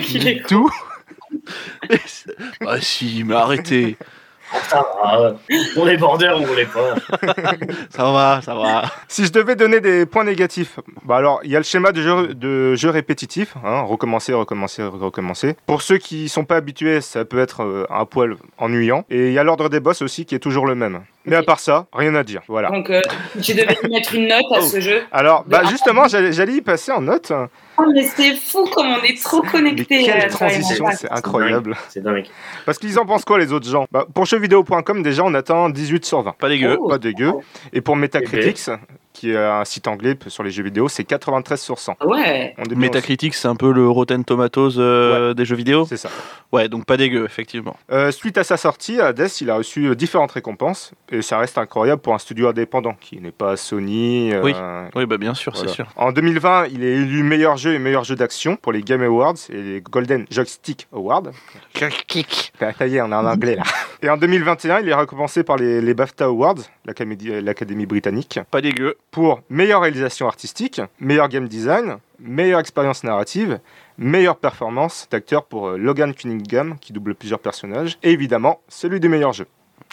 [SPEAKER 4] Qu'il est-
[SPEAKER 1] tout.
[SPEAKER 2] ah si, mais arrêtez.
[SPEAKER 3] Ah, ouais. on est border, on voulait pas.
[SPEAKER 2] Ça va, ça va.
[SPEAKER 1] Si je devais donner des points négatifs, bah alors il y a le schéma de jeu, de jeu répétitif, hein, recommencer, recommencer, recommencer. Pour ceux qui sont pas habitués, ça peut être euh, un poil ennuyant. Et il y a l'ordre des boss aussi qui est toujours le même. Mais à
[SPEAKER 4] Ok.
[SPEAKER 1] part ça, rien à dire. Voilà.
[SPEAKER 4] Donc euh, tu devais lui mettre une note à
[SPEAKER 2] Oh.
[SPEAKER 4] ce jeu.
[SPEAKER 1] Alors, bah
[SPEAKER 4] Mais-
[SPEAKER 1] justement, j'allais j'allais y passer en note.
[SPEAKER 4] Oh mais c'est fou comme on est trop
[SPEAKER 1] Mais
[SPEAKER 4] connectés. euh,
[SPEAKER 1] quelle
[SPEAKER 4] toi et moi.
[SPEAKER 1] transition,
[SPEAKER 4] Ouais.
[SPEAKER 1] c'est incroyable.
[SPEAKER 3] C'est dingue.
[SPEAKER 1] Parce qu'ils en pensent quoi les autres gens bah, Pour jeuxvideo.com, déjà, on atteint 18 sur 20.
[SPEAKER 2] Pas dégueu.
[SPEAKER 4] Oh.
[SPEAKER 1] Pas dégueu. Et pour Metacritics, qui est un site anglais sur les jeux vidéo, c'est 93 sur 100.
[SPEAKER 4] Ah Ouais.
[SPEAKER 1] On est bien aussi.
[SPEAKER 2] Metacritic, c'est un peu le Rotten Tomatoes euh, des jeux vidéo.
[SPEAKER 1] C'est ça.
[SPEAKER 2] Ouais, donc pas dégueu, effectivement.
[SPEAKER 1] Euh, suite à sa sortie, Hades il a reçu euh, différentes récompenses et ça reste incroyable pour un studio indépendant qui n'est pas Sony. euh,
[SPEAKER 2] Oui, Oui, bah bien sûr,
[SPEAKER 1] voilà.
[SPEAKER 2] c'est sûr.
[SPEAKER 1] En 2020, il est élu meilleur jeu et meilleur jeu d'action pour les Game Awards et les Golden Joystick Awards. Bah, ça y est, on est en anglais là. Et en 2021, il est récompensé par les, les BAFTA Awards, l'académie euh, l'académie britannique,
[SPEAKER 2] Pas dégueu.
[SPEAKER 1] pour meilleure réalisation artistique, meilleur game design, meilleure expérience narrative, meilleure performance d'acteur pour euh, Logan Cunningham qui double plusieurs personnages et évidemment celui du meilleur jeu.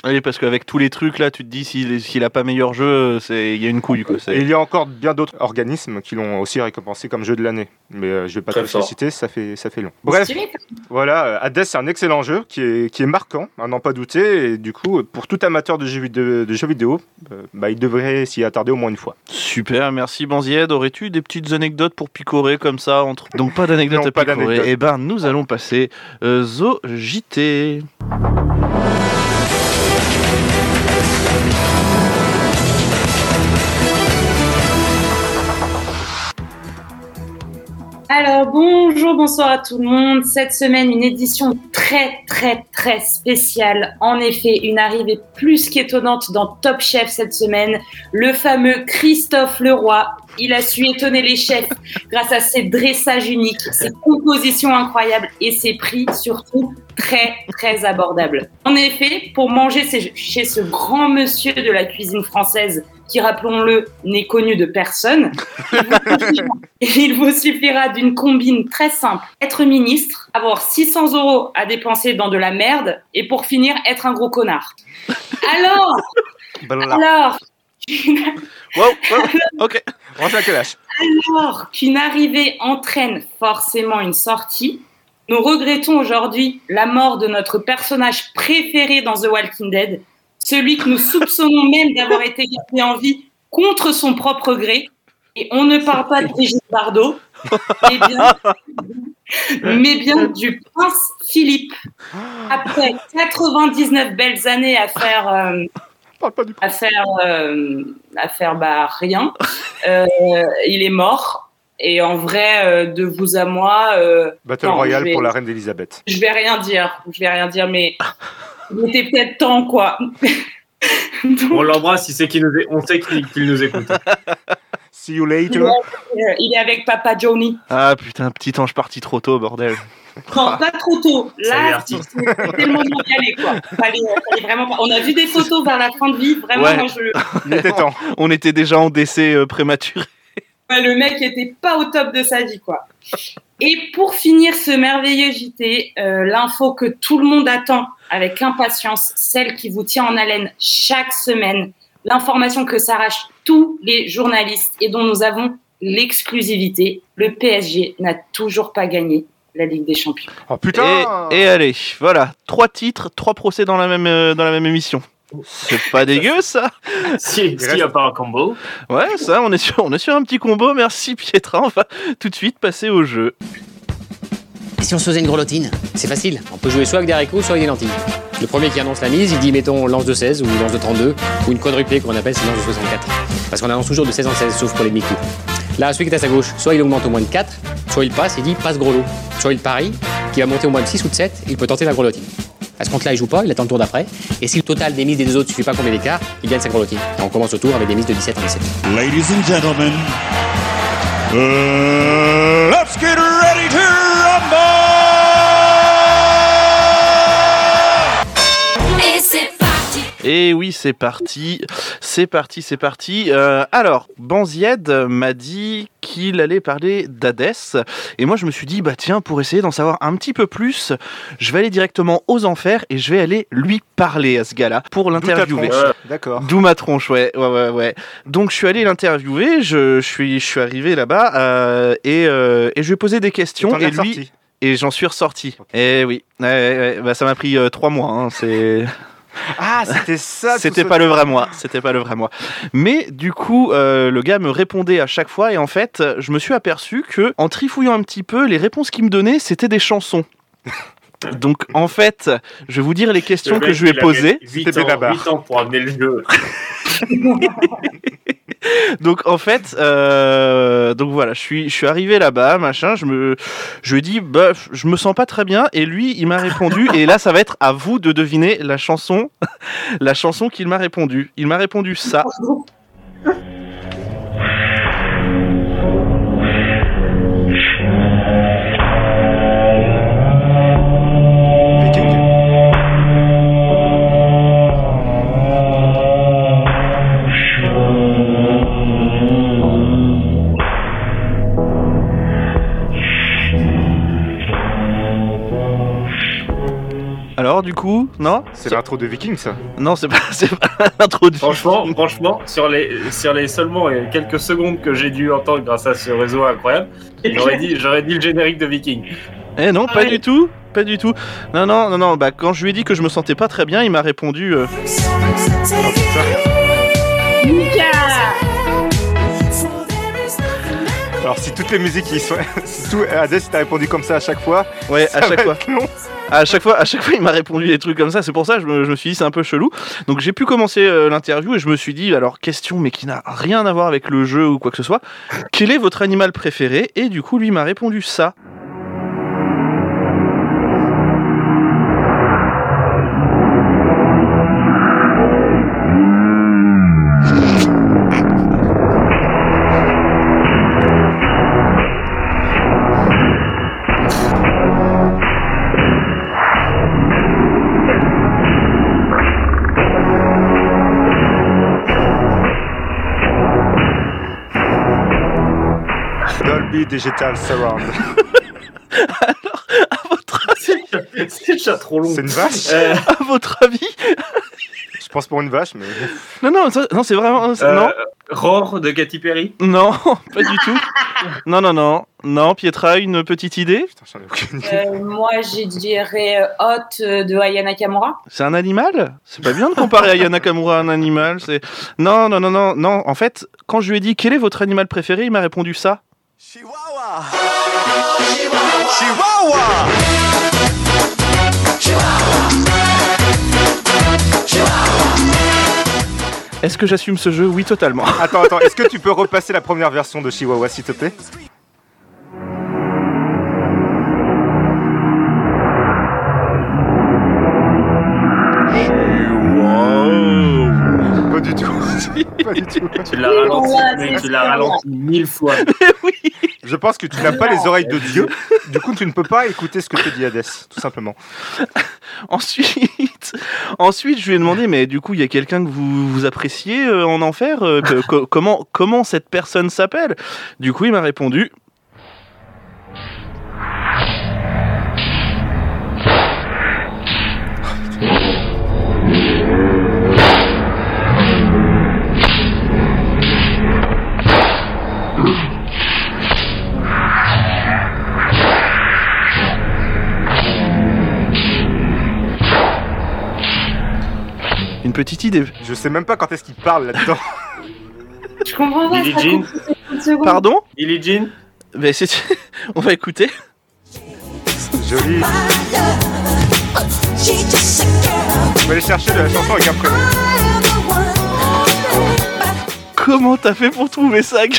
[SPEAKER 2] Oui, parce qu'avec tous les trucs là, tu te dis s'il s'il a pas meilleur jeu, c'est il y a une couille quoi.
[SPEAKER 1] Et
[SPEAKER 2] c'est-
[SPEAKER 1] il y a encore bien d'autres organismes qui l'ont aussi récompensé comme jeu de l'année. Mais euh, je vais pas
[SPEAKER 3] Très
[SPEAKER 1] tous les
[SPEAKER 3] fort.
[SPEAKER 1] citer, ça fait, ça fait long. Bref,
[SPEAKER 4] Stylé, quoi.
[SPEAKER 1] voilà, euh, Hades, c'est un excellent jeu qui est, qui est marquant, à n'en pas douter. Et du coup, euh, pour tout amateur de jeux, vid- de jeux vidéo, euh, bah, il devrait s'y attarder au moins une fois.
[SPEAKER 2] Super, merci Banzied. Aurais-tu des petites anecdotes pour picorer comme ça entre Donc pas d'anecdotes
[SPEAKER 1] Non,
[SPEAKER 2] à
[SPEAKER 1] pas
[SPEAKER 2] picorer.
[SPEAKER 1] d'anecdotes.
[SPEAKER 2] Eh ben nous allons passer euh, au JT.
[SPEAKER 4] Alors bonjour, bonsoir à tout le monde. Cette semaine, une édition très très très spéciale. En effet, une arrivée plus qu'étonnante dans Top Chef cette semaine. Le fameux Christophe Leroy, Il a su étonner les chefs grâce à ses dressages uniques, ses compositions incroyables et ses prix surtout très très abordables. En effet, pour manger chez- chez ce grand monsieur de la cuisine française, qui rappelons-le n'est connu de personne, il vous suffira- il vous suffira d'une combine très simple être ministre, avoir 600 euros à dépenser dans de la merde, et pour finir être un gros connard. Alors,
[SPEAKER 1] Voilà.
[SPEAKER 4] alors,
[SPEAKER 2] Wow, wow. Ok.
[SPEAKER 1] Rentre la calache.
[SPEAKER 4] alors qu'une arrivée entraîne forcément une sortie, nous regrettons aujourd'hui la mort de notre personnage préféré dans The Walking Dead, celui que nous soupçonnons même d'avoir été gardé en vie contre son propre gré. Et on ne parle pas de Brigitte Bardot, mais bien, mais bien du prince Philippe. Après 99 belles années à faire euh,
[SPEAKER 1] Parle pas du
[SPEAKER 4] à faire, euh, à faire bah, rien. Euh, il est mort. Et en vrai, euh, de vous à moi, euh,
[SPEAKER 1] Battle
[SPEAKER 4] Non,
[SPEAKER 1] Royale
[SPEAKER 4] je vais-
[SPEAKER 1] pour la reine d'Elisabeth.
[SPEAKER 4] je vais rien dire. Je vais rien dire, mais il était peut-être temps, quoi.
[SPEAKER 6] On l'embrasse, il sait qu'il nous é- on sait qu'il qu'il nous écoute.
[SPEAKER 1] See you later.
[SPEAKER 4] Euh, il est avec Papa Johnny.
[SPEAKER 2] Ah putain, petit ange parti trop tôt, bordel.
[SPEAKER 4] Non, pas trop tôt.
[SPEAKER 6] Salut,
[SPEAKER 4] Là,
[SPEAKER 6] artiste.
[SPEAKER 4] c'était le moment d'y aller, quoi. Fallait- fallait vraiment pas- On a vu des photos vers la fin de vie. Vraiment,
[SPEAKER 2] Ouais.
[SPEAKER 4] moi, je-
[SPEAKER 1] Il était temps.
[SPEAKER 2] On était déjà en décès euh, prématuré.
[SPEAKER 4] Ouais, le mec était pas au top de sa vie, quoi. Et pour finir ce merveilleux JT, euh, l'info que tout le monde attend avec impatience, celle qui vous tient en haleine chaque semaine, l'information que s'arrachent tous les journalistes et dont nous avons l'exclusivité, le PSG n'a toujours pas gagné la Ligue des Champions.
[SPEAKER 1] Oh putain
[SPEAKER 2] et, et allez, voilà, trois titres, trois procès dans la même euh, dans la même émission. C'est pas dégueu ça.
[SPEAKER 6] Si, s'il n'y a pas un combo.
[SPEAKER 2] Ouais, ça, on est sur on est sur un petit combo. Merci Pietra. On va tout de suite passer au jeu.
[SPEAKER 7] Et si on se faisait une grelottine C'est facile. On peut jouer soit avec des haricots, soit avec des lentilles. Le premier qui annonce la mise, il dit mettons lance de 16 ou lance de 32, ou une quadruplée qu'on appelle c'est lance de 64. Parce qu'on annonce toujours de 16 en 16, sauf pour les demi-coups. Là, celui qui est à sa gauche, soit il augmente au moins de 4, soit il passe et dit passe gros lot. Soit il parie, qui va monter au moins de 6 ou de 7, il peut tenter la grelottine. À ce compte-là, il joue pas, il attend le tour d'après. Et si le total des mises des deux autres ne suffit pas combien d'écart, il gagne sa grelottine. Et on commence au tour avec des mises de 17 en 17.
[SPEAKER 8] Ladies and gentlemen, uh, let's get ready to rumble!
[SPEAKER 9] Et c'est parti
[SPEAKER 2] Et oui, c'est parti, c'est parti, c'est parti. Euh, alors, Banzied m'a dit qu'il allait parler d'Hadès. Et moi, je me suis dit, bah tiens, pour essayer d'en savoir un petit peu plus, je vais aller directement aux enfers et je vais aller lui parler à ce gars-là pour
[SPEAKER 1] D'où ta
[SPEAKER 2] l'interviewer.
[SPEAKER 1] tronche. D'accord.
[SPEAKER 2] D'où ma tronche, ouais, ouais, ouais, ouais. Donc je suis allé l'interviewer, je, je suis, je suis arrivé là-bas euh, et, euh, et je lui ai posé des questions
[SPEAKER 1] T'en
[SPEAKER 2] et,
[SPEAKER 1] es
[SPEAKER 2] lui
[SPEAKER 1] sorti.
[SPEAKER 2] et j'en suis ressorti. Eh oui, Ouais, ouais, ouais. Bah, ça m'a pris euh, trois mois. hein. C'est
[SPEAKER 1] Ah, c'était ça. tout
[SPEAKER 2] c'était
[SPEAKER 1] ce-
[SPEAKER 2] pas le vrai moi, c'était pas le vrai moi. Mais du coup, euh, le gars me répondait à chaque fois et en fait, je me suis aperçu que en trifouillant un petit peu, les réponses qu'il me donnait, c'était des chansons. Donc en fait, je vais vous dire les questions que je lui ai posées.
[SPEAKER 6] 8
[SPEAKER 1] C'était
[SPEAKER 6] ans,
[SPEAKER 1] Benabar.
[SPEAKER 6] 8 ans pour amener le jeu.
[SPEAKER 2] Donc en fait, euh, donc voilà, je suis, je suis arrivé là-bas, machin. Je me, je lui ai dit, bah, je me sens pas très bien. Et lui, il m'a répondu. et là, ça va être à vous de deviner la chanson, la chanson qu'il m'a répondu. Il m'a répondu ça.
[SPEAKER 1] Viking.
[SPEAKER 2] Alors du coup, non,
[SPEAKER 1] C'est l'intro de Viking, ça.
[SPEAKER 2] non, c'est pas, c'est pas l'intro de.
[SPEAKER 6] Franchement, franchement, sur les, sur les seulement euh, quelques secondes que j'ai dû entendre grâce à ce réseau incroyable, j'aurais dit, j'aurais dit le générique de Viking.
[SPEAKER 2] Eh non, pas
[SPEAKER 4] Ouais.
[SPEAKER 2] du tout, pas du tout. Non, non, non, non. Bah quand je lui ai dit que je me sentais pas très bien, il m'a répondu. euh,
[SPEAKER 1] Oh, putain. Alors, si toutes les musiques qui sont. si tout Hades t'a répondu comme ça à chaque fois.
[SPEAKER 2] ouais,
[SPEAKER 1] ça
[SPEAKER 2] à chaque
[SPEAKER 1] va
[SPEAKER 2] fois.
[SPEAKER 1] être long.
[SPEAKER 2] À chaque fois, à chaque fois, il m'a répondu des trucs comme ça. C'est pour ça que je me, je me suis dit c'est un peu chelou. Donc j'ai pu commencer euh, l'interview et je me suis dit alors question mais qui n'a rien à voir avec le jeu ou quoi que ce soit. Quel est votre animal préféré Et du coup lui il m'a répondu ça.
[SPEAKER 1] Dolby Digital Surround.
[SPEAKER 6] C'est- C'est déjà trop long.
[SPEAKER 1] C'est une vache
[SPEAKER 6] Euh,
[SPEAKER 2] À votre avis
[SPEAKER 1] Je pense pour une vache, mais
[SPEAKER 2] Non, non, ça- non, c'est vraiment. c'est-
[SPEAKER 6] euh,
[SPEAKER 2] Non,
[SPEAKER 6] Roar de Katy Perry.
[SPEAKER 2] non, pas du tout. Non, non, non. Non, Pietra, une petite idée
[SPEAKER 1] putain, j'en ai aucune idée.
[SPEAKER 4] Euh, moi, je dirais euh, Hot euh, de Ayana Kamura.
[SPEAKER 2] C'est un animal C'est pas bien de comparer Ayana Kamura à un animal. C'est Non, non, non, non, non. En fait, quand je lui ai dit quel est votre animal préféré, il m'a répondu ça.
[SPEAKER 8] Chihuahua. Chihuahua.
[SPEAKER 2] Est-ce que j'assume ce jeu Oui, totalement.
[SPEAKER 1] Attends, attends, est-ce que tu peux repasser la première version de Chihuahua, s'il te plaît Pas du tout. pas du tout.
[SPEAKER 6] Tu l'as ralenti,
[SPEAKER 4] ouais,
[SPEAKER 6] mais
[SPEAKER 4] c'est
[SPEAKER 6] tu l'as
[SPEAKER 4] ça.
[SPEAKER 6] ralenti mille fois.
[SPEAKER 1] Je pense que tu n'as pas les oreilles de Dieu. Du coup, tu ne peux pas écouter ce que te dit Hades, tout simplement.
[SPEAKER 2] Ensuite, ensuite, je lui ai demandé, mais du coup, il y a quelqu'un que vous, vous appréciez euh, en enfer euh, que- co- comment, comment cette personne s'appelle Du coup, il m'a répondu. Une petite idée.
[SPEAKER 1] Je sais même pas quand est-ce qu'il parle là-dedans.
[SPEAKER 4] Je comprends pas.
[SPEAKER 6] Billie
[SPEAKER 4] Ah ça
[SPEAKER 6] Jean.
[SPEAKER 4] coupe toutes les secondes.
[SPEAKER 2] Pardon
[SPEAKER 6] Billie Jean,
[SPEAKER 2] mais c'est- On va écouter.
[SPEAKER 1] Joli. Je vais aller chercher de la chanson avec un prénom.
[SPEAKER 2] Comment t'as fait pour trouver ça gars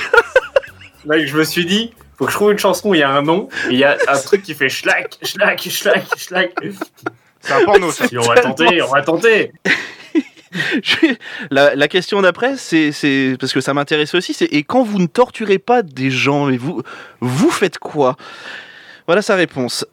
[SPEAKER 6] mec, je me suis dit, faut que je trouve une chanson où il y a un nom, et il y a un truc qui fait schlack, schlack, schlack, schlack.
[SPEAKER 1] C'est un porno, ça.
[SPEAKER 6] Et on va tenter, on va tenter.
[SPEAKER 2] Je- la, la question d'après, c'est c'est- parce que ça m'intéresse aussi, c'est et quand vous ne torturez pas des gens, mais vous vous faites quoi Voilà sa réponse.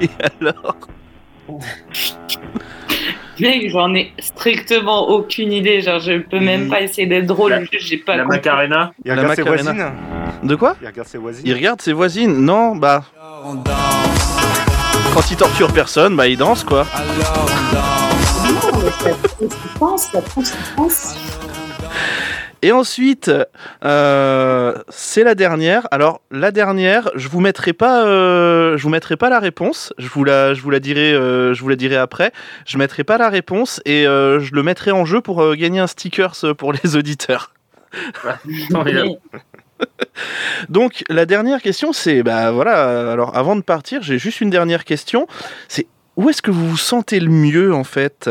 [SPEAKER 2] Et alors
[SPEAKER 4] Mec, j'en ai strictement aucune idée. Genre, je peux même pas essayer d'être drôle. juste, J'ai pas
[SPEAKER 6] Mm. La
[SPEAKER 4] compris.
[SPEAKER 6] Macarena.
[SPEAKER 1] Il regarde ses
[SPEAKER 2] Macarena.
[SPEAKER 1] voisines.
[SPEAKER 2] De quoi
[SPEAKER 1] Il regarde ses
[SPEAKER 2] Il
[SPEAKER 1] voisines.
[SPEAKER 2] regarde ses voisines. Non, bah
[SPEAKER 8] On danse,
[SPEAKER 2] quand il torture personne, bah il danse quoi.
[SPEAKER 8] alors on danse.
[SPEAKER 4] Non, mais ça prouve ce qu'il pense, ça prouve ce qu'il pense.
[SPEAKER 2] Et ensuite, euh, c'est la dernière. Alors la dernière, je vous mettrai pas, euh, je vous mettrai pas la réponse. Je vous la, je vous la dirai, euh, je vous la dirai après. Je mettrai pas la réponse et euh, je le mettrai en jeu pour euh, gagner un stickers euh, pour les auditeurs.
[SPEAKER 6] Non, mais là,
[SPEAKER 2] Donc la dernière question, c'est bah voilà. euh, Alors avant de partir, j'ai juste une dernière question. C'est où est-ce que vous vous sentez le mieux en fait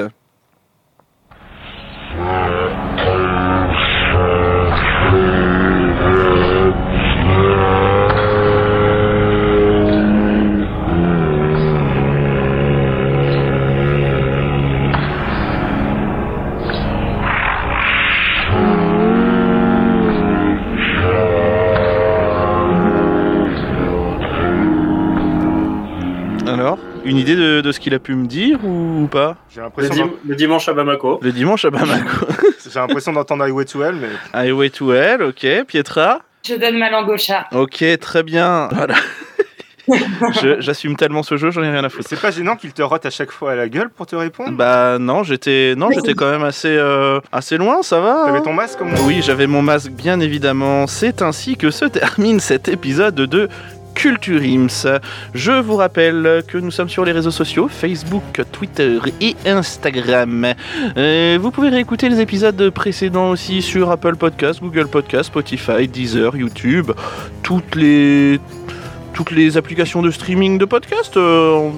[SPEAKER 2] Alors, une idée de, de ce qu'il a pu me dire ou pas
[SPEAKER 1] J'ai
[SPEAKER 6] le,
[SPEAKER 1] l'impression d'en-
[SPEAKER 6] dim- le dimanche à Bamako.
[SPEAKER 2] Le dimanche à Bamako. Ah
[SPEAKER 1] j'ai l'impression d'entendre Highway to Hell, mais
[SPEAKER 2] Highway to Hell, ok. Pietra
[SPEAKER 4] Je donne ma langue au chat.
[SPEAKER 2] Ok, très bien. Voilà. Je- J'assume tellement ce jeu, j'en ai rien à foutre.
[SPEAKER 1] c'est pas gênant qu'il te rote à chaque fois à la gueule pour te répondre.
[SPEAKER 2] Bah non, j'étais non, j'étais quand même assez euh, assez loin, ça va. hein
[SPEAKER 1] T'avais ton masque comme
[SPEAKER 2] Oui, j'avais mon masque, bien évidemment. C'est ainsi que se termine cet épisode de Culture Ims. Je vous rappelle que nous sommes sur les réseaux sociaux Facebook, Twitter et Instagram. Euh, vous pouvez réécouter les épisodes précédents aussi sur Apple Podcasts, Google Podcasts, Spotify, Deezer, YouTube, toutes les toutes les applications de streaming de podcast. euh, on-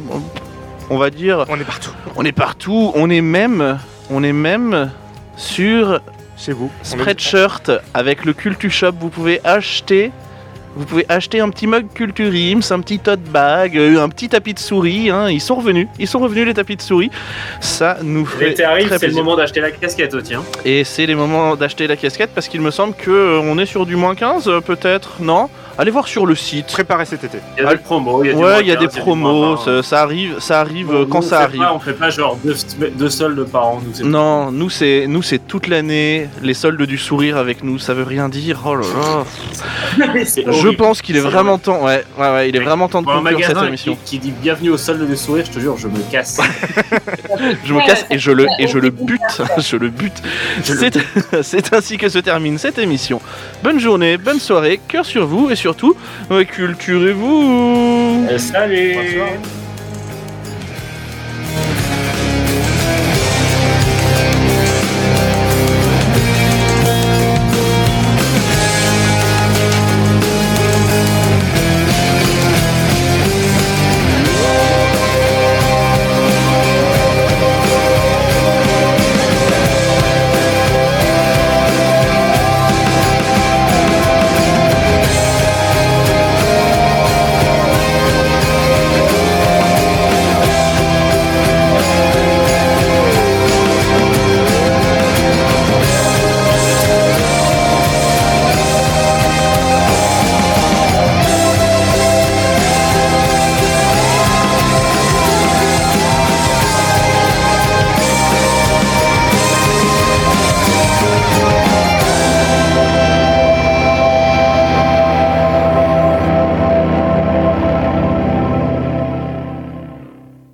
[SPEAKER 2] on va dire,
[SPEAKER 1] On est partout.
[SPEAKER 2] on est partout. On est même, on est même sur
[SPEAKER 1] Chez vous. On est-
[SPEAKER 6] hein.
[SPEAKER 2] Spreadshirt avec le Cultu Shop, vous pouvez acheter Vous pouvez acheter un petit mug Culture Ims, un petit tote bag, euh, un petit tapis de souris. hein. Ils sont revenus, ils sont revenus les tapis de souris. Ça nous fait
[SPEAKER 6] L'été arrive,
[SPEAKER 2] très
[SPEAKER 6] c'est le
[SPEAKER 2] plaisir.
[SPEAKER 6] moment d'acheter la casquette aussi. Hein.
[SPEAKER 2] Et c'est les moments d'acheter la casquette parce qu'il me semble que euh, on est sur du moins 15 euh, peut-être, non Allez voir sur le site.
[SPEAKER 1] Préparez cet été.
[SPEAKER 6] Il y a
[SPEAKER 2] Ah,
[SPEAKER 6] des promos. du hein,
[SPEAKER 2] Ouais, il y a
[SPEAKER 6] moins
[SPEAKER 2] des
[SPEAKER 6] 15, du moins
[SPEAKER 2] promos,
[SPEAKER 6] 20.
[SPEAKER 2] ça, ça arrive, ça arrive euh,
[SPEAKER 6] Nous,
[SPEAKER 2] quand
[SPEAKER 6] on
[SPEAKER 2] ça
[SPEAKER 6] fait
[SPEAKER 2] arrive.
[SPEAKER 6] pas- on fait pas genre deux, sem- deux soldes par an. Nous, c'est-
[SPEAKER 2] Non, nous c'est nous c'est toute l'année, les soldes du sourire avec nous, ça veut rien dire. Oh là là.
[SPEAKER 6] c'est
[SPEAKER 2] Je
[SPEAKER 6] horrible.
[SPEAKER 2] pense qu'il est
[SPEAKER 6] C'est
[SPEAKER 2] vraiment temps. Ouais, ouais, ouais, il est
[SPEAKER 6] Ouais.
[SPEAKER 2] vraiment temps de
[SPEAKER 6] Pour un
[SPEAKER 2] conclure cette
[SPEAKER 6] magasin qui,
[SPEAKER 2] émission.
[SPEAKER 6] qui dit bienvenue au solde des sourires, je te jure, je me casse.
[SPEAKER 2] Je me casse et je le et je le
[SPEAKER 4] Ouais,
[SPEAKER 2] bute, je le bute. C'est c'est ainsi que se termine cette émission. Bonne journée, bonne soirée, cœur sur vous et surtout euh, culturez-vous.
[SPEAKER 6] Euh, Salut
[SPEAKER 1] Bonsoir.